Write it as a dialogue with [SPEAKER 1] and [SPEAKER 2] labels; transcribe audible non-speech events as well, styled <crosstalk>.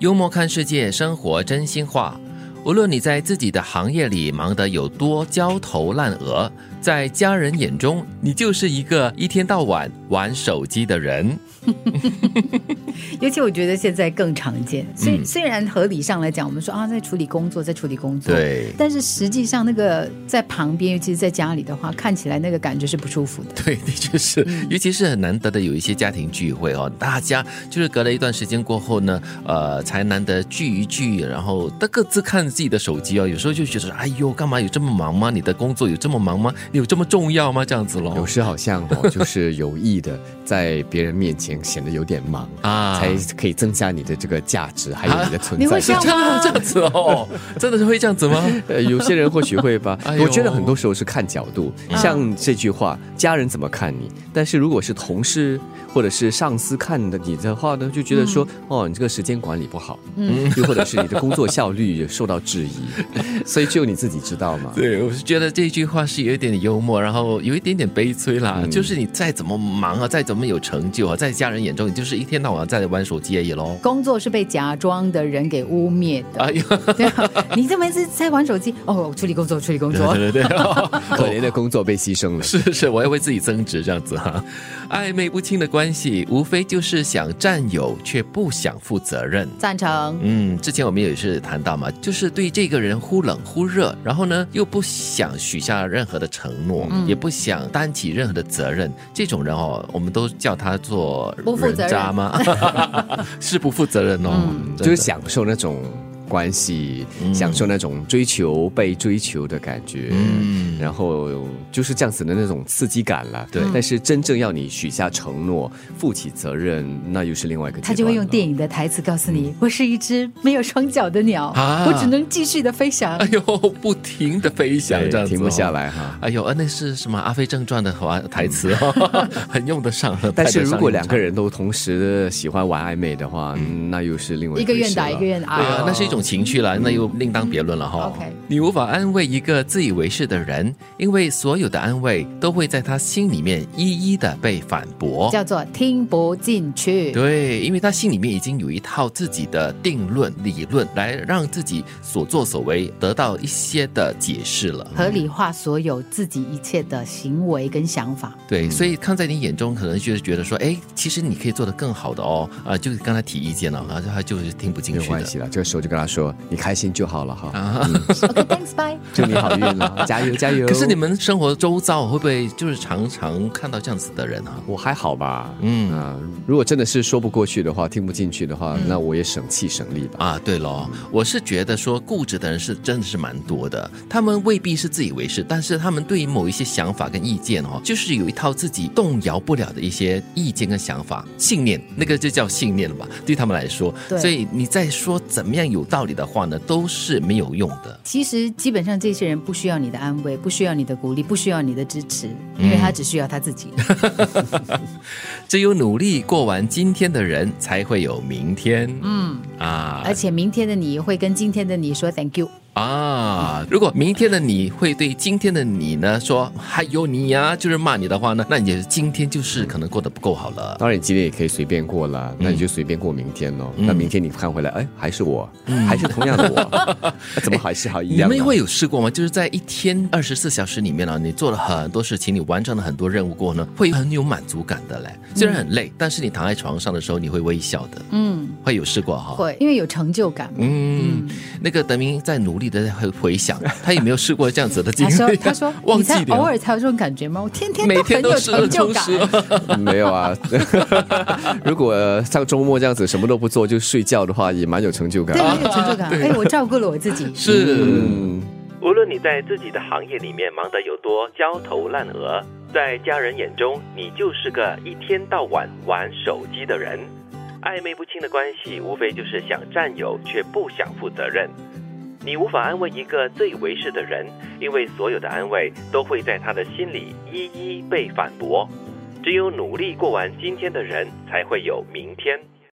[SPEAKER 1] 幽默看世界，生活真心话。无论你在自己的行业里忙得有多焦头烂额，在家人眼中，你就是一个一天到晚玩手机的人。
[SPEAKER 2] 尤其我觉得现在更常见。虽、
[SPEAKER 1] 嗯
[SPEAKER 2] 虽然合理上来讲，我们说啊，在处理工作，在处理工作，
[SPEAKER 1] 对
[SPEAKER 2] 但是实际上那个在旁边，尤其是在家里的话，看起来那个感觉是不舒服的。
[SPEAKER 1] 对，的确是，尤其是很难得的有一些家庭聚会哦，大家就是隔了一段时间过后呢，呃，才难得聚一聚，然后大各自看自己的手机哦，有时候就觉得，哎呦，干嘛有这么忙吗？你的工作有这么忙吗？你有这么重要吗？这样子
[SPEAKER 3] 有
[SPEAKER 1] 咯。
[SPEAKER 3] 时好像
[SPEAKER 1] <laughs>
[SPEAKER 3] 哦，就是有意的在别人面前显得有点忙
[SPEAKER 1] 啊
[SPEAKER 3] 才可以增加你的这个价值，还有你的存
[SPEAKER 2] 啊你会
[SPEAKER 3] 在
[SPEAKER 2] 这
[SPEAKER 3] 感
[SPEAKER 1] <laughs>
[SPEAKER 2] 样。
[SPEAKER 1] 这样这样子哦，真的是会这样子吗？
[SPEAKER 3] <laughs> 呃，有些人或许会吧
[SPEAKER 1] 哎。呦嗯
[SPEAKER 3] 我觉得很多时候是看角度，像这句话，家人怎么看你？但是如果是同事或者是上司看的你的话呢，就觉得说，
[SPEAKER 2] 嗯
[SPEAKER 3] 哦，你这个时间管理不好，嗯，又或者是你的工作效率受到质
[SPEAKER 1] <laughs>
[SPEAKER 3] 疑，所以只有你自己知道嘛。
[SPEAKER 1] <laughs> 对，我是觉得这句话是有一点幽默，然后有一点点悲催啦。就是你再怎么忙啊，再怎么有成就啊，在家人眼中，你就是一天到晚在玩手机而已 <laughs> 喽。
[SPEAKER 2] 工作是被假装的人给污蔑的。
[SPEAKER 1] 哎呀，
[SPEAKER 2] 对吧你这么一直在玩手机，哦，处理工作，处理工作。
[SPEAKER 1] 对对对。
[SPEAKER 3] 可怜的工作被牺牲了。
[SPEAKER 1] 是是，我要为自己增值这样子哈、 <laughs> 暧昧不清的关系，无非就是想占有却不想负责任。
[SPEAKER 2] 赞成，
[SPEAKER 1] 嗯，之前我们也是谈到嘛，就是对这个人忽冷忽热，然后呢又不想许下任何的承诺，
[SPEAKER 3] 嗯
[SPEAKER 1] 也不想担起任何的责任，这种人哦，我们都叫他做
[SPEAKER 2] 不负责
[SPEAKER 1] 人渣
[SPEAKER 2] 任
[SPEAKER 1] 吗？ <laughs> 是不负责任哦，
[SPEAKER 3] 嗯
[SPEAKER 1] 真的
[SPEAKER 3] 就是享受那种关系，享受那种追求被追求的感觉，
[SPEAKER 1] 嗯
[SPEAKER 3] 然后就是这样子的那种刺激感了。
[SPEAKER 1] 对
[SPEAKER 3] 但是真正要你许下承诺、负起责任，那又是另外一个阶段
[SPEAKER 2] 他就会用电
[SPEAKER 3] 影。
[SPEAKER 2] 影的台词告诉你：“我是一只没有双脚的鸟，
[SPEAKER 1] 嗯啊
[SPEAKER 2] 我只能继续的飞翔。
[SPEAKER 1] 哎呦，不停的飞翔
[SPEAKER 3] 对
[SPEAKER 1] 这样子、哦
[SPEAKER 3] 停不下。来哈。
[SPEAKER 1] 哎呦，呃，那是什么《阿飞正传》的华台词哦， <laughs> 很用得上。
[SPEAKER 3] 嗯 <laughs> 但是如果
[SPEAKER 1] 派得上用
[SPEAKER 3] 两
[SPEAKER 1] 场
[SPEAKER 3] 个人都同时喜欢玩暧昧的话，
[SPEAKER 1] 嗯
[SPEAKER 3] 那又是另外
[SPEAKER 2] 一个
[SPEAKER 3] 回事
[SPEAKER 2] 愿打，
[SPEAKER 3] 了
[SPEAKER 2] 一个愿
[SPEAKER 1] 对啊
[SPEAKER 2] 挨。，
[SPEAKER 1] 那是一种情绪了，那又另当别论了哈。
[SPEAKER 2] OK
[SPEAKER 1] 你无法安慰一个自以为是的人，因为所有的安慰都会在他心里面一一的被反驳。
[SPEAKER 2] 叫做听不进去。
[SPEAKER 1] 对，因为他心里面已经有一套自己的定论、理论，来让自己所作所为得到一些的解释了。
[SPEAKER 2] 合理化所有自己一切的行为跟想法。
[SPEAKER 1] 对，所以看在你眼中，可能就是觉得说，哎，其实你可以做得更好的哦，啊、就刚才提意见了，然后他就是听不
[SPEAKER 3] 没
[SPEAKER 1] 进
[SPEAKER 3] 有
[SPEAKER 1] 去
[SPEAKER 3] 关
[SPEAKER 1] 的。
[SPEAKER 3] 系了。这个时候就跟他说：“你开心就好了哈，
[SPEAKER 1] 嗯
[SPEAKER 2] OK，thanks，、bye。
[SPEAKER 3] 祝你好运了，加油加油。”
[SPEAKER 1] 啊 <laughs> 可是你们生活周遭会不会就是常常看到这样子的人啊？
[SPEAKER 3] 我还好吧，
[SPEAKER 1] 嗯嗯
[SPEAKER 3] 嗯啊，如果真的是说不过去的话，听不进去的话，那我也省气省力吧。
[SPEAKER 1] 啊，对喽，我是觉得说固执的人是真的是蛮多的，他们未必是自以为是，但是他们对于某一些想法跟意见哦，就是有一套自己动摇不了的一些意见跟想法、信念，那个就叫信念了吧？对他们来说，
[SPEAKER 2] 对
[SPEAKER 1] 所以你在说怎么样有道理的话呢，都是没有用的。
[SPEAKER 2] 其实基本上这些人不需要你的安慰，不需要你的鼓励，不需要你的支持，因为他只需要他自己。
[SPEAKER 1] 嗯只有努力过完今天的人，才会有明天。嗯啊
[SPEAKER 2] 而且明天的你会跟今天的你说 Thank you。
[SPEAKER 1] 啊！如果明天的你会对今天的你呢说“还有你呀、就是骂你的话呢，那你的今天就是可能过得不够好了。
[SPEAKER 3] 当然，你今天也可以随便过了，
[SPEAKER 1] 嗯
[SPEAKER 3] 那你就随便过明天喽。那明天你看回来，哎，还是我，还是同样的
[SPEAKER 1] <laughs>
[SPEAKER 3] 我，那怎么还是好
[SPEAKER 1] 嗯
[SPEAKER 3] 一
[SPEAKER 1] 你
[SPEAKER 3] 样呢？
[SPEAKER 1] 们会有试过吗？就是在一天二十四小时里面呢、你做了很多事情，你完成了很多任务过后呢，会很有满足感的嘞。虽然很累，但是你躺在床上的时候，你会微笑的。
[SPEAKER 2] 嗯，
[SPEAKER 1] 会有试过哈？
[SPEAKER 2] 会，因为有成就感嘛。
[SPEAKER 1] 嗯，那个德明在努力的在回回想，他有没有试过这样子的经
[SPEAKER 2] 他
[SPEAKER 1] 历啊、
[SPEAKER 2] 说：“他说，
[SPEAKER 1] <laughs> 忘
[SPEAKER 2] 你
[SPEAKER 1] 记
[SPEAKER 2] 才
[SPEAKER 1] 了，
[SPEAKER 2] 偶尔才有这种感觉吗？我天天
[SPEAKER 1] 每
[SPEAKER 2] 都
[SPEAKER 1] 天
[SPEAKER 2] 很
[SPEAKER 1] 都
[SPEAKER 2] 有
[SPEAKER 1] 是很
[SPEAKER 2] 成就
[SPEAKER 1] 充实
[SPEAKER 2] 感。
[SPEAKER 3] 没有啊， <laughs> 如果呃像周末这样子什么都不做就睡觉的话，也蛮有成就感
[SPEAKER 2] 对，
[SPEAKER 3] 的。
[SPEAKER 2] 很有成
[SPEAKER 1] <laughs>
[SPEAKER 2] 就感。哎，我照顾了我自己。
[SPEAKER 1] 是。
[SPEAKER 3] 嗯。
[SPEAKER 4] 无论你在自己的行业里面忙得有多焦头烂额，在家人眼中，你就是个一天到晚玩手机的人。暧昧不清的关系，无非就是想占有却不想负责任。你无法安慰一个自以为是的人，因为所有的安慰都会在他的心里一一被反驳。只有努力过完今天的人，才会有明天。